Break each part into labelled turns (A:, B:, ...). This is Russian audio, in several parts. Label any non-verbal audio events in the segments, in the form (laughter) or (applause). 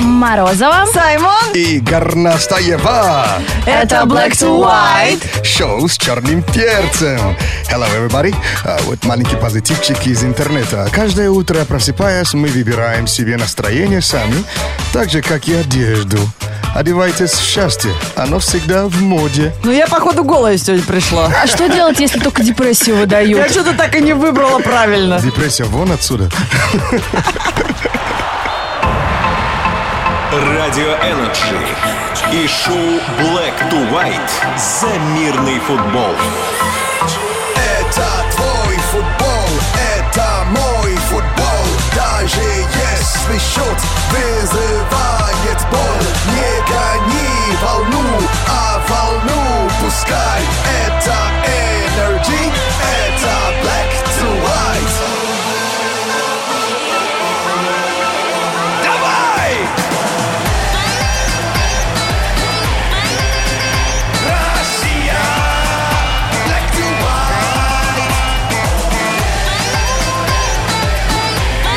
A: Морозова.
B: Саймон.
C: И Горностаева.
B: Это Black to White.
C: Шоу с черным перцем. Hello, everybody. А, вот маленький позитивчик из интернета. Каждое утро, просыпаясь, мы выбираем себе настроение сами, так же, как и одежду. Одевайтесь в счастье. Оно всегда в моде.
B: Ну, я, походу, голая сегодня пришла.
A: А что делать, если только депрессию
B: Я
A: выдают?
B: что-то так и не выбрала правильно.
C: Депрессия вон отсюда.
D: Радио Энерджи и шоу Black to White за мирный футбол.
C: Это твой футбол, это мой футбол. Даже если счет вызывает боль, не гони волну, а волну пускай. Это Energy, это Black to White.
D: Давай! Россия! Black to white!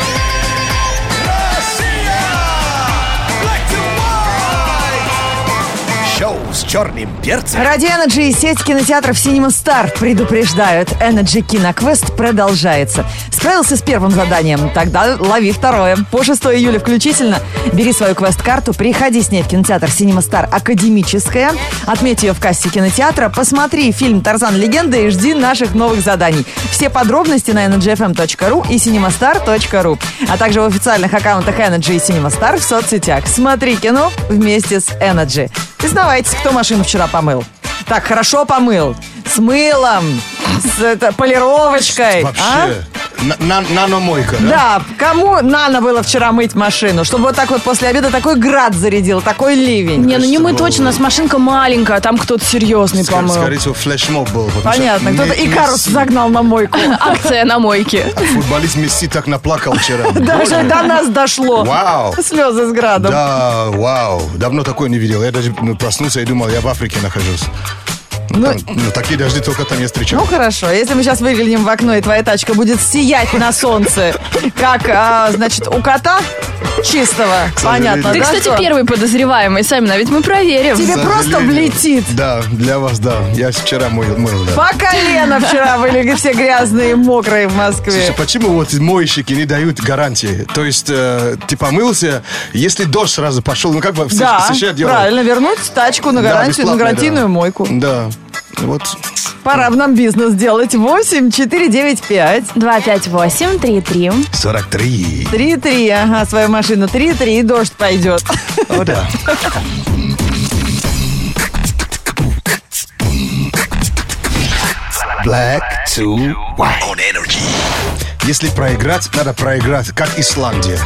D: Россия! Black to white! Шоу с черным перцем.
B: Ради Energy и сеть кинотеатров Cinema Star предупреждают. Energy Киноквест продолжается. Справился с первым заданием? Тогда лови второе. По 6 июля включительно бери свою квест-карту, приходи с ней в кинотеатр Cinema Star Академическая, отметь ее в кассе кинотеатра, посмотри фильм «Тарзан. Легенда» и жди наших новых заданий. Все подробности на energyfm.ru и cinemastar.ru, а также в официальных аккаунтах Energy и Cinema Star в соцсетях. Смотри кино вместе с Energy. Признавайтесь, кто машину вчера помыл. Так, хорошо помыл. С мылом, с это, полировочкой. а?
C: Вообще, на- на- наномойка, да?
B: Да, кому надо было вчера мыть машину, чтобы вот так вот после обеда такой град зарядил, такой ливень?
A: Не, ну не мы точно, у нас машинка маленькая, а там кто-то серьезный
C: Скорее,
A: помыл.
C: скорее всего, флешмоб был. потому что
B: Понятно, кто-то
C: Ме-
B: Икарус
C: Месси, А,
B: загнал на мойку.
A: Акция на мойке.
C: Футболист Месси так
B: (laughs)
C: наплакал вчера.
B: Даже до нас дошло.
C: Вау.
B: Слезы с градом.
C: Да, вау, давно такое не видел. Я даже ну, проснулся и думал, я в Африке нахожусь. Ну, там, ну, такие дожди только там я встречал.
B: Ну хорошо, если мы сейчас выглянем в окно, и твоя тачка будет сиять на солнце, как, а, значит, у кота чистого,
C: сожалению.
B: понятно,
A: Ты,
B: А да,
A: кстати,
B: Тор?
A: первый подозреваемый, Самина, а ведь мы проверим.
B: Тебе
C: К
B: Ну, просто
C: сожалению.
B: влетит.
C: Да, для вас, да. Я вчера мыл, мыл да.
B: По колено вчера были все грязные, мокрые в
C: Слушай,
B: Москве.
C: почему вот мойщики не дают гарантии? То есть, э, ты помылся, если дождь сразу пошел, ну как бы в С-
B: Да,
C: США делают?
B: правильно, вернуть тачку на
C: Да,
B: гарантию, на
C: бесплатно,
B: гарантийную
C: да.
B: мойку.
C: Да. Вот.
B: Пора в нам бизнес делать. 8 4 9 5
A: 258 33
C: 43.
B: 3 3. Ага, свою машину 3 3 и дождь пойдет.
C: О, да. Black to white. Если проиграть, надо проиграть, как Исландия.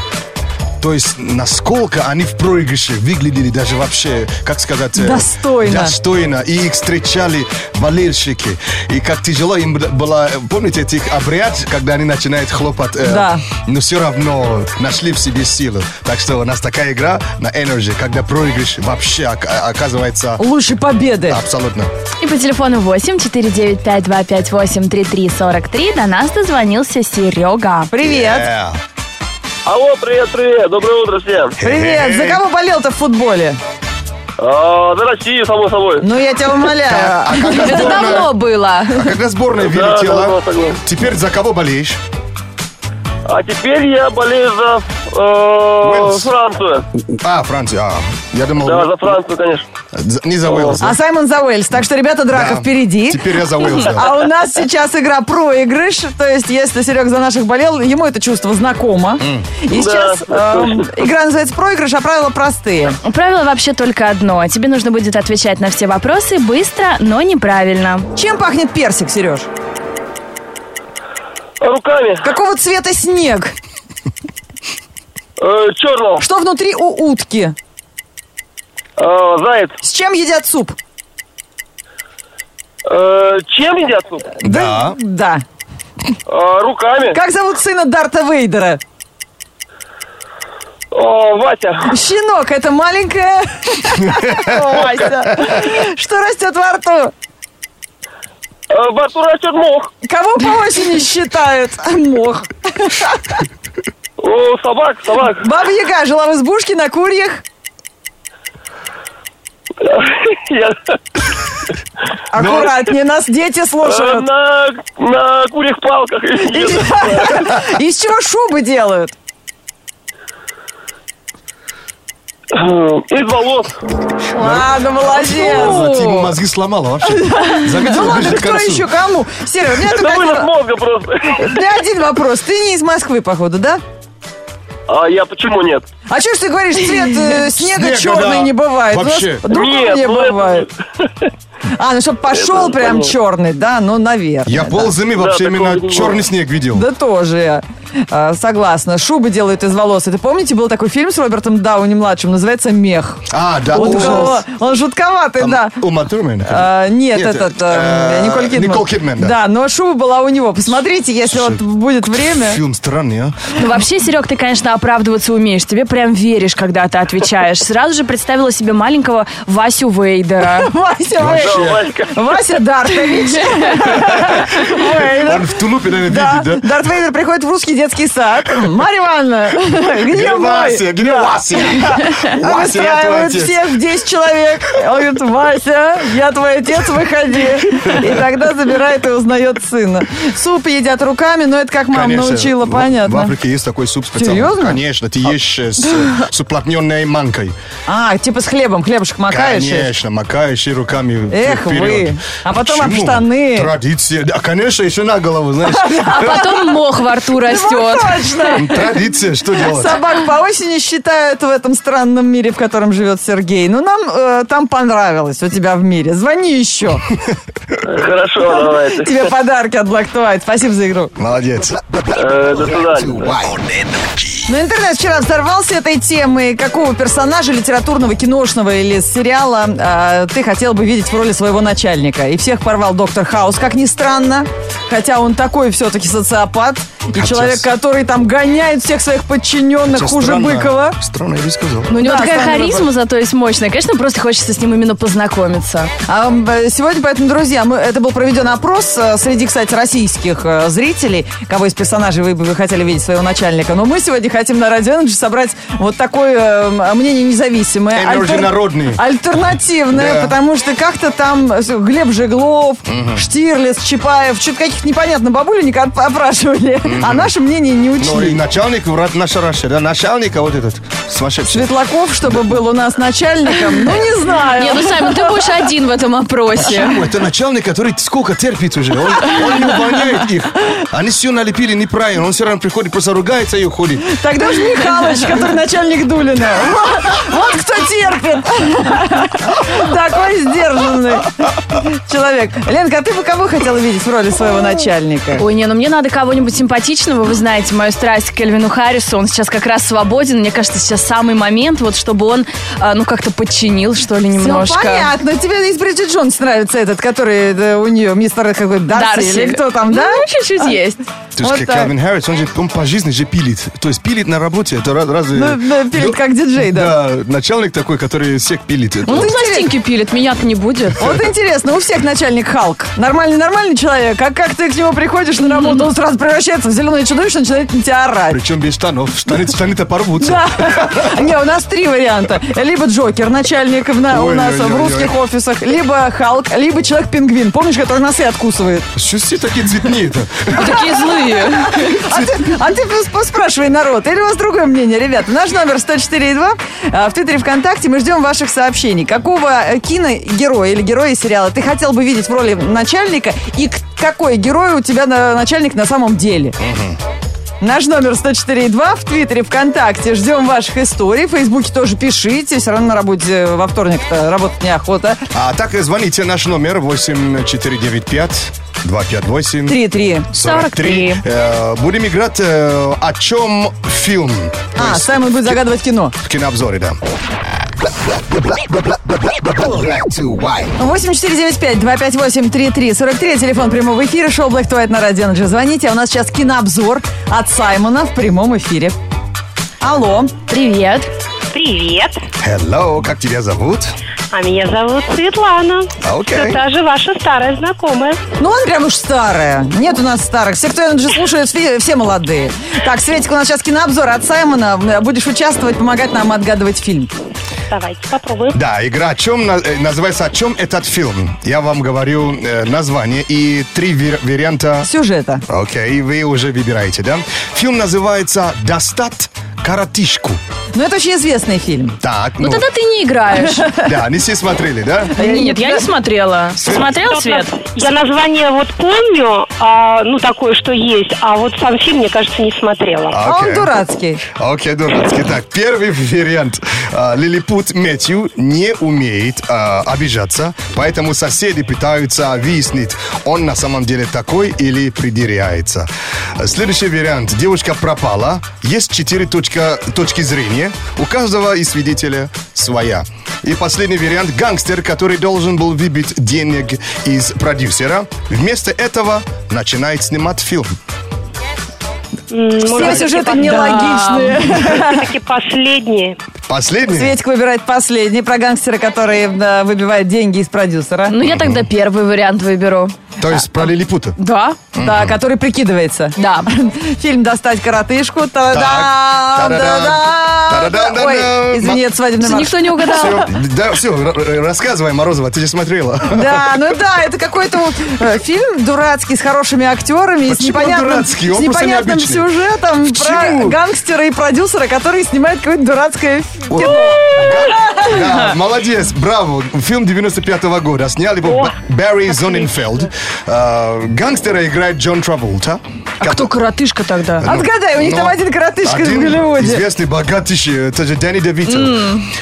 C: То есть, насколько они в проигрыше выглядели даже вообще, как сказать... э,
B: Достойно.
C: Достойно. И их встречали болельщики. И как тяжело им б- было... Помните этих обряд, когда они начинают хлопать? э,
B: Да.
C: но все равно нашли в себе силу. Так что у нас такая игра на Energy, когда проигрыш вообще ок- оказывается
B: Лучше победы.
C: абсолютно.
A: И по телефону 8 495 258 33 43 до нас дозвонился Серега.
B: Привет.
C: Yeah.
E: Алло, привет, привет, доброе утро всем.
B: Привет.
C: э.
B: За кого болел-то в футболе?
E: А, за Россию, само собой.
B: Ну, я тебя умоляю.
C: А когда
A: Это
C: сборная,
A: давно было.
C: а когда сборная
E: Да,
C: вылетела,
E: давно, согласен.
C: теперь за кого болеешь?
E: А теперь я болею за э,
C: Уэльс.
E: Францию.
C: А, Франция. а. я думал,
E: Да, за Францию, конечно.
C: за- не за Уэльс. да?
B: А Саймон за Уэльс. Так что, ребята, драка
C: Да.
B: впереди.
C: Теперь я за
B: (laughs)
C: Уэльс. да.
B: А у нас сейчас игра проигрыш. То есть, если Серег за наших болел, ему это чувство знакомо. И сейчас эм, игра называется проигрыш, а правила простые.
A: Правило вообще только одно. Тебе нужно будет отвечать на все вопросы быстро, но неправильно.
B: Чем пахнет персик, Сереж?
E: Руками.
B: Какого цвета снег?
E: Э, черного.
B: Что внутри у утки?
E: Э, заяц.
B: С чем едят суп?
E: Э, чем едят суп?
C: Да.
B: Да.
E: Э, руками.
B: Как зовут сына Дарта Вейдера?
E: Э, Вася.
B: Щенок, это маленькая... Вася. Что растет во рту?
E: Э, во рту растет мох.
B: Кого по осени считают? Мох.
E: Э, собак, собак.
B: Баба Яга жила в избушке на курьях.
E: (laughs) Я
B: Аккуратнее, нас дети
E: э,
B: слушают.
E: на, на курьих палках. (laughs) еду.
B: (laughs) Из чего шубы делают?
E: Из волос.
B: Ладно, молодец.
C: Вот Ему мозги сломало вообще. Заметил,
B: Ну ладно,
C: ближе к
B: кто
C: концу.
B: еще кому? Серега, у меня
E: Это
B: только
E: вынос
B: один-
E: мозга просто.
B: у меня один вопрос. Ты не из Москвы, походу, да?
E: А я почему нет?
B: А что ж ты говоришь, цвет э, снега
C: Снега,
B: черный
C: да.
B: не бывает? У нас
C: Вообще.
B: Другого
E: Нет,
B: не
E: ну это-
B: бывает. А, ну чтоб пошел
E: Это
B: прям
E: понятно.
B: черный, да? Ну, наверное.
C: Я
B: да.
C: ползами вообще
E: Да, такого не
C: именно
E: было.
C: черный снег видел.
B: Да тоже я э, согласна. Шубы делают из волос. Это помните, был такой фильм с Робертом Дауни-младшим, называется «Мех».
C: А, да.
B: Он,
C: ужас.
B: такого- он жутковатый,
C: Там
B: да.
C: Ума Турман,
B: А, нет,
C: Нет,
B: этот,
C: э,
B: э, Николь Кидман.
C: Николь Кидман, да.
B: но шуба была у него. Посмотрите, если вот
C: Слушай,
B: будет время.
C: Фильм странный, а?
A: Ну, вообще, Серег, ты, конечно, оправдываться умеешь. Тебе прям веришь, когда ты отвечаешь. Сразу же представила себе маленького Васю Вейдера.
B: (laughs) Вася,
E: Да,
B: Вэй-
E: Васька.
B: Вася
C: (laughs)
B: Дартович. Вейдер.
C: Он в тулупе, наверное,
B: Да,
C: видит, да?
B: Дарт Вейдер приходит в русский детский сад. Марья Ивановна, (laughs) где мой?
C: Вася,
B: (laughs)
C: где Вася? Вася, я твой
B: Выстраивают
C: отец.
B: А всех в 10 человек. Он говорит, Вася, я твой отец, выходи. И тогда забирает и узнает сына. Суп едят руками, но это как мама
C: Конечно.
B: научила,
C: В- В
B: понятно.
C: Африке есть такой суп специальный.
B: Серьезно?
C: Конечно, ты ешь э, с, э, с уплотненной манкой.
B: А, типа с хлебом, хлебушек макаешь. и-
C: Конечно, макаешь и руками
B: Эх
C: вперед.
B: вы. А потом об
C: Почему?
B: штаны.
C: Традиция. Да, конечно, еще на
B: (laughs)
C: голову, знаешь.
A: А потом мох во рту растет.
B: Точно.
C: Традиция, что делать?
B: Собак по осени считают в этом странном мире, в котором живет Сергей. Ну, нам э, там понравилось у тебя в мире. Звони еще.
E: Хорошо, давайте.
B: Тебе подарки от Black to White. Спасибо за игру.
C: Молодец.
E: Э, До свидания.
B: Ну, интернет вчера взорвался этой темой. Какого персонажа литературного, киношного или сериала э, ты хотел бы видеть в роли своего начальника? И всех порвал доктор Хаус, как ни странно. Хотя он такой все-таки социопат. И человек, который там гоняет всех своих подчиненных
C: Хотя
B: хуже
C: странно.
B: Быкова.
C: Странно, я бы сказал.
A: Ну, у него
B: Да,
A: такая
B: Сандра
A: харизма, зато есть мощная. Конечно, просто хочется с ним именно познакомиться.
B: А, м, э, Сегодня, поэтому, друзья, мы, это был проведен опрос э, среди, кстати, российских э, зрителей, кого из персонажей вы бы вы хотели видеть своего начальника. Но мы сегодня хотим на Радио Energy собрать вот такое э, мнение независимое.
C: Energy народный.
B: Альтернативное,
C: Да.
B: потому что как-то там всё, Глеб Жеглов, Штирлиц, Чапаев, что-то каких-то непонятно бабуленек оп- опрашивали, а наше мнение не
C: Ну и
B: учли.
C: начальник, врат наша Раша, да, начальника вот этот, сумасшедший.
B: Светлаков, чтобы был у нас начальником, ну не знаю.
A: Не, ну, Саймон, ты будешь один в этом опросе.
C: Почему? Это начальник, который сколько терпит уже. Он, он не увольняет их. Они все налепили неправильно. Он все равно приходит, просто ругается и уходит.
B: Тогда же Михалыч, который начальник Дулина. Вот, вот кто терпит. Такой сдержанный человек. Ленка, а ты бы кого хотела видеть в роли своего начальника?
A: Ой, не, ну мне надо кого-нибудь симпатичного. Вы знаете мою страсть к Эльвину Харрису. Он сейчас как раз свободен. Мне кажется, сейчас самый момент, вот чтобы он, а, ну, как-то подчинил, что ли,
B: Ну,
A: немножко.
B: понятно. Тебе из Бриджит Джонс нравится этот, который э, у нее мистер какой Дарси,
A: Дарси.
B: или кто там, да? А.
A: Ну, чуть-чуть есть.
C: То есть
B: Вот
C: как
B: так.
C: Кевин Харрис, он же он по жизни же пилит. То есть пилит на работе. Это раз- разве...
B: Ну, да, пилит как диджей, (laughs) да.
C: Да, начальник такой, который всех пилит. Это-
A: Ну,
B: Вот
A: пластинки пилит, меня-то не будет.
B: Вот интересно, у всех начальник Халк. Нормальный-нормальный человек, а как ты к нему приходишь на работу, он сразу превращается в зеленое чудовище, начинает на тебя орать.
C: Причем без штанов. Штаны, штаны-то порвутся.
B: Да. (laughs) Не, у нас три варианта. Либо Джокер, начальник в на- у
C: Ой,
B: нас
C: ой,
B: в
C: ой,
B: русских офисах, либо Халк, либо Человек-пингвин. Помнишь, который носы откусывает?
C: Что все такие цветные-то?
A: Такие злые.
B: А ты, а ты пос- поспрашивай народ. Или у вас другое мнение, ребята? Наш номер 104.2 а, в Твиттере ВКонтакте. Мы ждем ваших сообщений. Какого э, киногероя или героя сериала ты хотел бы видеть в роли начальника? И к- какой герой у тебя на- начальник на самом деле? Наш номер 104.2 в Твиттере, ВКонтакте. Ждем ваших историй. В Фейсбуке тоже пишите. Все равно на работе э, во вторник-то работать неохота.
C: А так и звоните наш номер 8495 258
B: 3-3.
C: 43.
A: 43.
C: Э, Будем играть э, о чем фильм. То
B: А,
C: есть
B: Саймон будет загадывать кино.
C: в кинообзоре, да.
B: 8495-258-3343, телефон прямого эфира, шоу Black to White на Радио Energy. Звоните, а у нас сейчас кинообзор от Саймона в прямом эфире. Алло.
A: Привет.
F: Привет,
C: Hello, как тебя зовут?
F: а меня зовут Светлана.
C: Окей.
F: Все та же ваша старая знакомая.
B: Ну, он прям уж старая. Нет у нас старых. Все, кто Energy слушает, все, все молодые. Так, Светик, у нас сейчас кинообзор от Саймона. Будешь участвовать, помогать нам отгадывать фильм.
F: Давайте попробуем.
C: Да, игра о чем на- э, называется «О чем этот фильм?». Я вам говорю э, название и три вер- варианта.
B: Сюжета.
C: Окей, вы уже выбираете, да? Фильм называется «Достать коротишку».
B: Но Ну, это очень известный фильм.
C: Так,
A: Ну
C: ну,
A: тогда ты не играешь.
C: да, не все смотрели, да?
A: Нет, я не смотрела. Смотрел, Свет?
F: Я название вот помню, а, ну такое, что есть, а вот сам фильм, мне кажется, не смотрела.
B: А он
C: Окей.
B: дурацкий.
C: Окей, дурацкий. Так, первый вариант. А, Лилипут Мэтью не умеет а, обижаться, поэтому соседи пытаются выяснить, он на самом деле такой или придиряется. А, Следующий вариант. Девушка пропала. Есть четыре точка, точки зрения. У каждого из свидетеля своя. И последний вариант. Гангстер, который должен был выбить денег из продюсера, вместо этого начинает снимать фильм.
B: Все сюжеты нелогичные.
F: Все-таки последние.
C: Последний?
B: Светик выбирает последний про гангстера, который э, выбивает деньги из продюсера.
A: Ну я тогда первый вариант выберу.
C: То есть про Лилипута.
A: Да?
B: Да, который прикидывается.
A: Да.
B: (laughs) Фильм «Достать коротышку». Та-да-дам,
C: Так, та-да-дам,
B: да-да.
C: та-да-дам,
B: Ой,
C: да-дам.
B: извини, это свадебный марш.
A: Никто не угадал.
C: Всё, да, все, рассказывай, Морозова, ты
B: (laughs)
C: же смотрела.
B: Да, ну да, это какой-то вот э, фильм дурацкий с хорошими актерами, и с
C: Почему
B: непонятным,
C: дурацкий? Он
B: с
C: просто
B: непонятным
C: необычный.
B: сюжетом про
C: Почему?
B: гангстера и продюсера, которые снимают какое-то дурацкое
C: Вот. Да, молодец, браво. Фильм 95 года. Сняли его
F: О,
C: Б- Барри Зоненфелд. Э, Гангстера играет Джон Траволта.
A: А кто коротышка тогда?
B: Отгадай, у них там один коротышка
C: Ну, один
B: в Голливуде.
C: Известный богатейший, это же Дэнни Девита.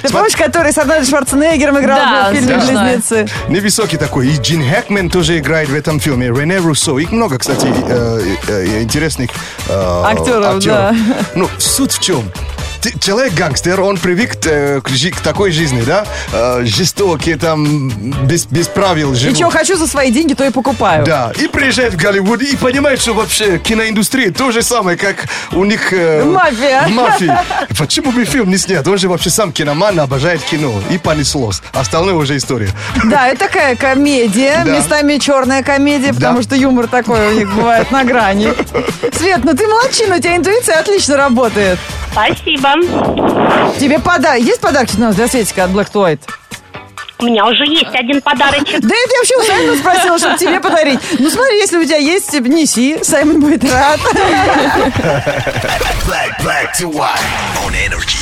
B: Ты помнишь, который с Арнольдом Шварценеггером играл
A: Да,
B: в фильме
A: знаю.
B: «Близнецы»?
C: Невысокий такой. И Джин Хэкмен тоже играет в этом фильме. Рене Руссо. Их много, кстати, э, э, интересных э,
B: Актеров, да.
C: Ну, суть в чем? Ты- Человек-гангстер, он привык э, к, жи- к такой жизни, да? Э, жестокий, там, без, без правил
B: И
C: живут.
B: чего хочу за свои деньги, то и покупаю.
C: Да, и приезжает в Голливуд и понимает, что вообще киноиндустрия то же самое, как у них... э,
B: Мафия.
C: в мафии. Почему бы фильм не снят? Он же вообще сам киноман, обожает кино. И понеслось. Остальное уже история.
B: Да, это такая комедия,
C: Да.
B: местами черная комедия, потому что юмор такой у них бывает на грани. Свет, ну ты молчи, но у тебя интуиция отлично работает.
F: Спасибо.
B: Тебе пода... Есть подарки у нас для Светика от Black to White?
F: У меня уже есть один подарочек.
B: Да это я вообще у Саймона спросила, чтобы тебе подарить. Ну смотри, если у тебя есть, типа, неси, Саймон будет рад.
D: Black, black to white on energy.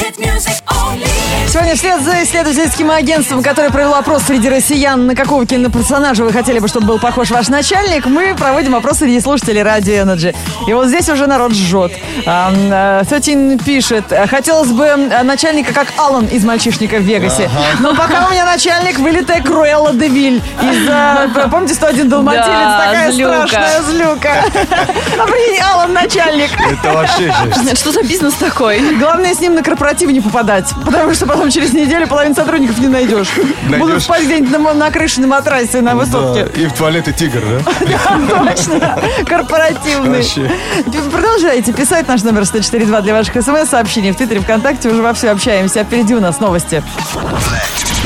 G: Hit music only.
B: Сегодня вслед за исследовательским агентством, которое провело опрос среди россиян, на какого киноперсонажа вы хотели бы, чтобы был похож ваш начальник, мы проводим опрос среди слушателей Радио Energy. И вот здесь уже народ жжет. Сотин пишет, хотелось бы э, начальника, как Алан из «Мальчишника в Вегасе». Но пока у меня начальник вылитая Круэлла де Виль из, э, помните, 101 Далматинец,
A: Да,
B: такая
A: злюка.
B: страшная злюка. (laughs) А прикинь, Алан начальник.
C: Это вообще
A: (laughs)
C: жесть.
A: Что за бизнес
B: (laughs)
A: такой?
B: Главное с ним на корпоратив не попадать, потому что потом через неделю половину сотрудников не найдешь.
C: Найдешь.
B: Будут спать где-нибудь на, мо- на крыше, на матрасе, на высотке. (laughs)
C: Да, И в туалет и тигр, да?
B: Точно. Корпоративный.
C: Вообще.
B: П- Продолжайте писать наш номер 142 для ваших смс-сообщений. В Твиттере, ВКонтакте уже вовсю общаемся. А Впереди у нас новости.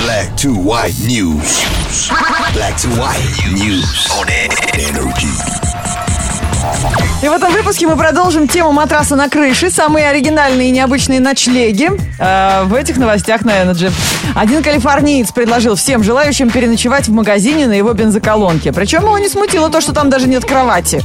D: Black to white news. Black to white news on energy.
B: И в этом выпуске мы продолжим тему матраса на крыше. Самые оригинальные и необычные ночлеги э, в этих новостях на Energy. Один калифорниец предложил всем желающим переночевать в магазине на его бензоколонке. Причем его не смутило то, что там даже нет кровати.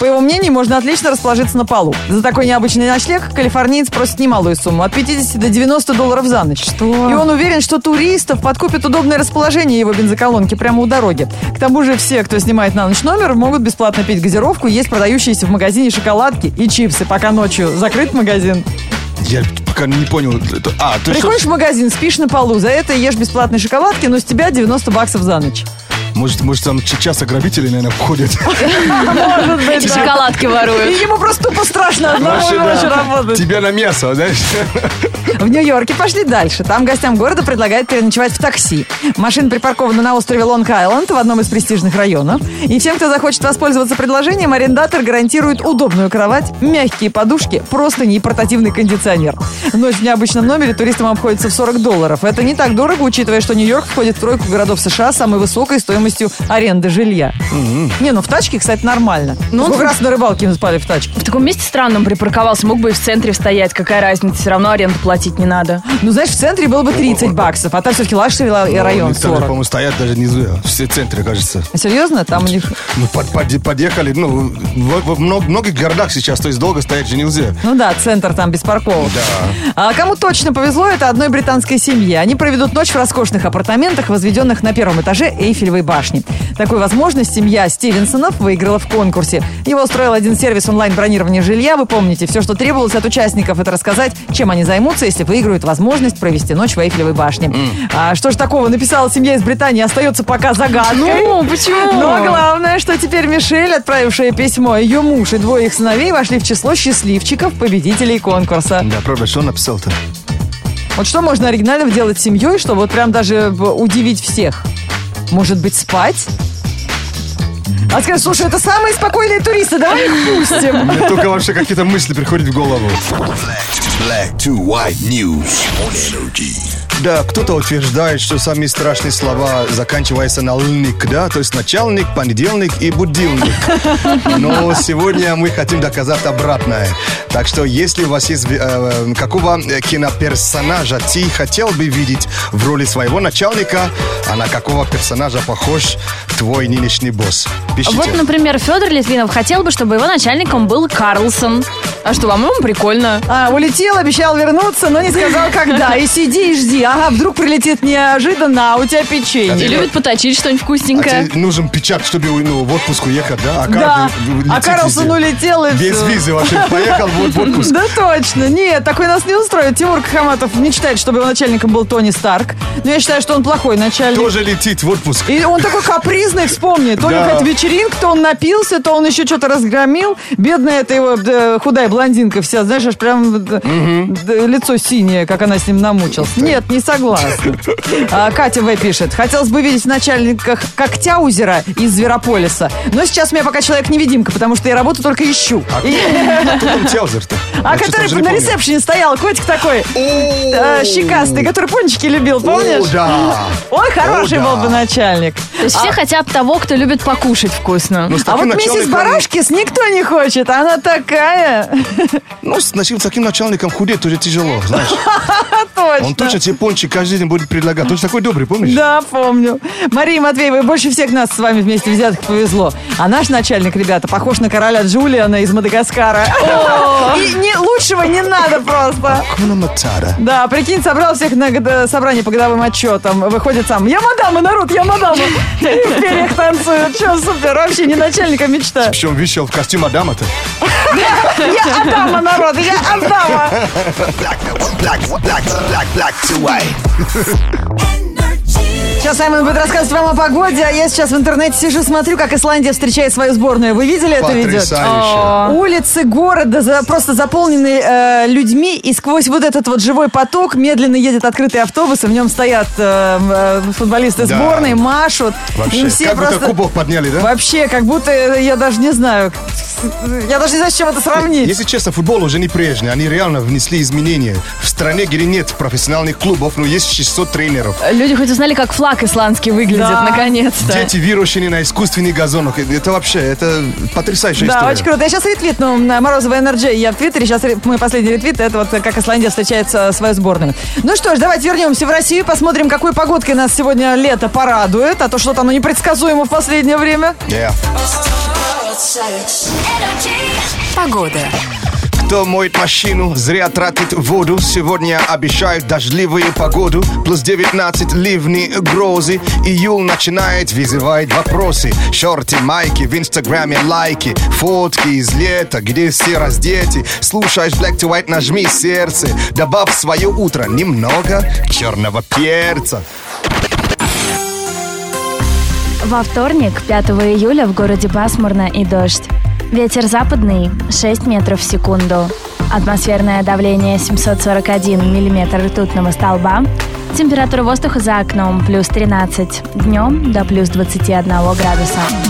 B: По его мнению, можно отлично расположиться на полу. За такой необычный ночлег калифорниец просит немалую сумму. От 50 до 90 долларов за ночь.
A: Что?
B: И он уверен, что туристов подкупит удобное расположение его бензоколонки прямо у дороги. К тому же все, кто снимает на ночь номер, могут бесплатно пить газировку, есть продающиеся в магазине шоколадки и чипсы, пока ночью закрыт магазин.
C: (laughs) Я пока не понял. это- А, ты что?
B: Приходишь в магазин, спишь на полу, за это ешь бесплатные шоколадки, но с тебя 90 баксов за ночь.
C: Может, может там сейчас ограбители, наверное, (laughs) входят.
B: Может быть,
A: И
B: да.
A: шоколадки
B: И
A: воруют.
B: ему просто тупо страшно одному
C: Вообще, да.
B: ночью работать.
C: Тебя на мясо, знаешь?
B: В Нью-Йорке пошли дальше. Там гостям города предлагают переночевать в такси. Машина припаркована на острове Лонг-Айленд в одном из престижных районов. И всем, кто захочет воспользоваться предложением, арендатор гарантирует удобную кровать, мягкие подушки, простыни и портативный кондиционер. Ночь в необычном номере туристам обходится в 40 долларов. Это не так дорого, учитывая, что Нью-Йорк входит в тройку городов США с самой высокой стоимостью аренды жилья. Не, ну в тачке, кстати, нормально.
A: Ну,
B: Сколько
A: он-
B: раз на рыбалке мы спали в тачке?
A: В таком месте странном припарковался, мог бы и в центре стоять, какая разница, все равно аренда
H: платить не
A: (laughs)
H: надо.
B: Ну, знаешь, в центре было бы 30 баксов, а там все-таки Лашевый ла-
C: Ну,
B: район
C: Они там же,
B: 40.
C: по-моему, стоят даже внизу. а, Все центры, кажется.
B: А Серьезно? Там у них...
C: Мы под- под- подъехали, ну, во, во мног- многих городах сейчас, то есть долго стоять же нельзя.
B: Ну да, центр там без парковок. А кому точно повезло, это одной британской семье. Они проведут ночь в роскошных апартаментах, возведенных на первом этаже Эйфелевой башни. Такую возможность семья Стивенсонов выиграла в конкурсе. Его устроил один сервис онлайн-бронирования жилья. Вы помните, все, что требовалось от участников, это рассказать, чем они займутся, если выиграют возможность провести ночь в Эйфелевой башне. А что же такого написала семья из Британии, остается пока загадкой.
H: Ну, почему?
B: Но а главное, что теперь Мишель, отправившая письмо, ее муж и двое их сыновей вошли в число счастливчиков, победителей конкурса.
C: Да, правда, что он написал-то?
B: Вот что можно оригинального делать с семьей, чтобы вот прям даже в- удивить всех? Может быть, спать? А скажешь, слушай, это самые спокойные туристы, давай их пустим.
C: Мне только вообще какие-то мысли приходят в голову.
D: Black to white news on energy.
C: Да, кто-то утверждает, что самые страшные слова заканчиваются на лник, да, то есть начальник, понедельник
B: (laughs)
C: и будильник. Но сегодня мы хотим доказать обратное. Так что, если у вас есть э, какого киноперсонажа ты хотел бы видеть в роли своего начальника, а на какого персонажа похож твой нынешний босс? Пишите.
H: Вот, например, Федор Литвинов хотел бы, чтобы его начальником был Карлсон. А что, по-моему, прикольно.
B: А, улетел, обещал вернуться, но не сказал, когда. И сиди, и жди. Ага, вдруг прилетит неожиданно, а у тебя
H: И
B: печенье.
H: любит поточить что-нибудь
C: А
H: вкусненькое.
C: тебе нужен печат, чтобы ну, в отпуск уехать, да? А,
B: Да.
C: Карл, вы- вы
B: А
C: летите
B: Карлсон
C: где?
B: улетел и
C: Без
B: всё.
C: визы вообще поехал в
B: (laughs)
C: в отпуск.
B: Да точно. Нет, такой нас не устроит. Тимур Кахаматов мечтает, чтобы его начальником был Тони Старк. Но я считаю, что он плохой начальник.
C: Тоже летит в отпуск.
B: И он такой капризный, вспомни. То ли
C: Да.
B: какая-то вечеринка, то он напился, то он еще что-то разгромил. Бедная эта его э, худая блондинка вся, знаешь, аж прям э, э, лицо синее, как она с ним намучилась. Нет, не согласна. А, Катя В. пишет. Хотелось бы видеть в начальниках Когтяузера из Зверополиса. Но сейчас у меня пока человек-невидимка, потому что я работу только ищу.
C: А
B: И-
C: кто, кто там Тяузер-то?
B: а
C: Я что-то
B: который
C: уже не
B: на
C: помню.
B: ресепшене стоял, котик такой, э, щекастый, который пончики любил, помнишь? А
C: О, да.
B: Он хороший
C: О, да.
B: был бы начальник.
H: То есть все хотят того, кто любит покушать вкусно.
C: Ну, с
B: А
C: таким
B: вот миссис
C: начальником-
B: Барашкис никто не хочет, она такая.
C: Ну, с, значит, с таким начальником худеть уже тяжело, знаешь. Он
B: (laughs) Точно.
C: точно тебе пончик каждый день будет предлагать. Точно такой добрый, помнишь?
B: Да, помню. Мария Матвеева, больше всех нас с вами вместе взятых повезло. А наш начальник, ребята, похож на короля Джулиана из Мадагаскара. (laughs) И не- лучшего не надо просто.
C: Куна Матара.
B: Да, прикинь, собрал всех на года- собрание по годовым отчетам. Выходит сам. Я мадама, народ, я мадама. И в перьях танцует. Че, супер, вообще не начальника мечта.
C: Причем вышел в костюм Адама-то.
B: Я Адама, народ, я Адама.
D: Black, black, black, black, black to white.
I: energy,
B: Сейчас Саймон будет рассказывать вам о погоде, а я сейчас в интернете сижу, смотрю, как Исландия встречает свою сборную. Вы видели это видео? А,
C: Потрясающе.
B: Улицы города за- просто заполнены э, людьми, и сквозь вот этот вот живой поток медленно едет открытый автобус, и в нем стоят э, э, футболисты
C: Да.
B: сборной, машут.
C: Вообще,
B: и ну, все
C: как
B: просто...
C: будто кубок подняли, да?
B: Вознесли, да? Вообще, как будто э, я даже не знаю. Я даже не знаю, с чем это сравнить.
C: Если честно, футбол уже не прежний. Они реально внесли изменения. В стране, где нет профессиональных клубов, но есть 600 тренеров.
H: Люди хоть узнали, как флаг исландский выглядит,
B: Да.
H: наконец-то.
C: Дети выращены на искусственных газонах. Это вообще, это потрясающая
B: Да,
C: история.
B: очень круто. Я сейчас ретвитну на Морозова Энерджи. Я в Твиттере. Сейчас ре- мой последний ретвит. Это вот как Исландия встречает э, свою сборную. Ну что ж, давайте вернемся в Россию. Посмотрим, какой погодкой нас сегодня лето порадует. А то что-то оно непредсказуемо в последнее время.
C: Yeah.
I: energy, погода,
C: Кто моет машину, зря тратит воду. Сегодня обещают дождливую погоду. Плюс 19 ливни, грозы. Июль начинает вызывать вопросы. Шорты, майки, в инстаграме лайки. Фотки из лета, где все раздеты. Слушаешь Black to White, нажми сердце. Добавь в свое утро немного черного перца.
A: Во вторник, 5 июля, в городе пасмурно и дождь. Ветер западный 6 метров в секунду. Атмосферное давление 741 миллиметр ртутного столба. Температура воздуха за окном плюс 13. Днем до плюс 21 градуса.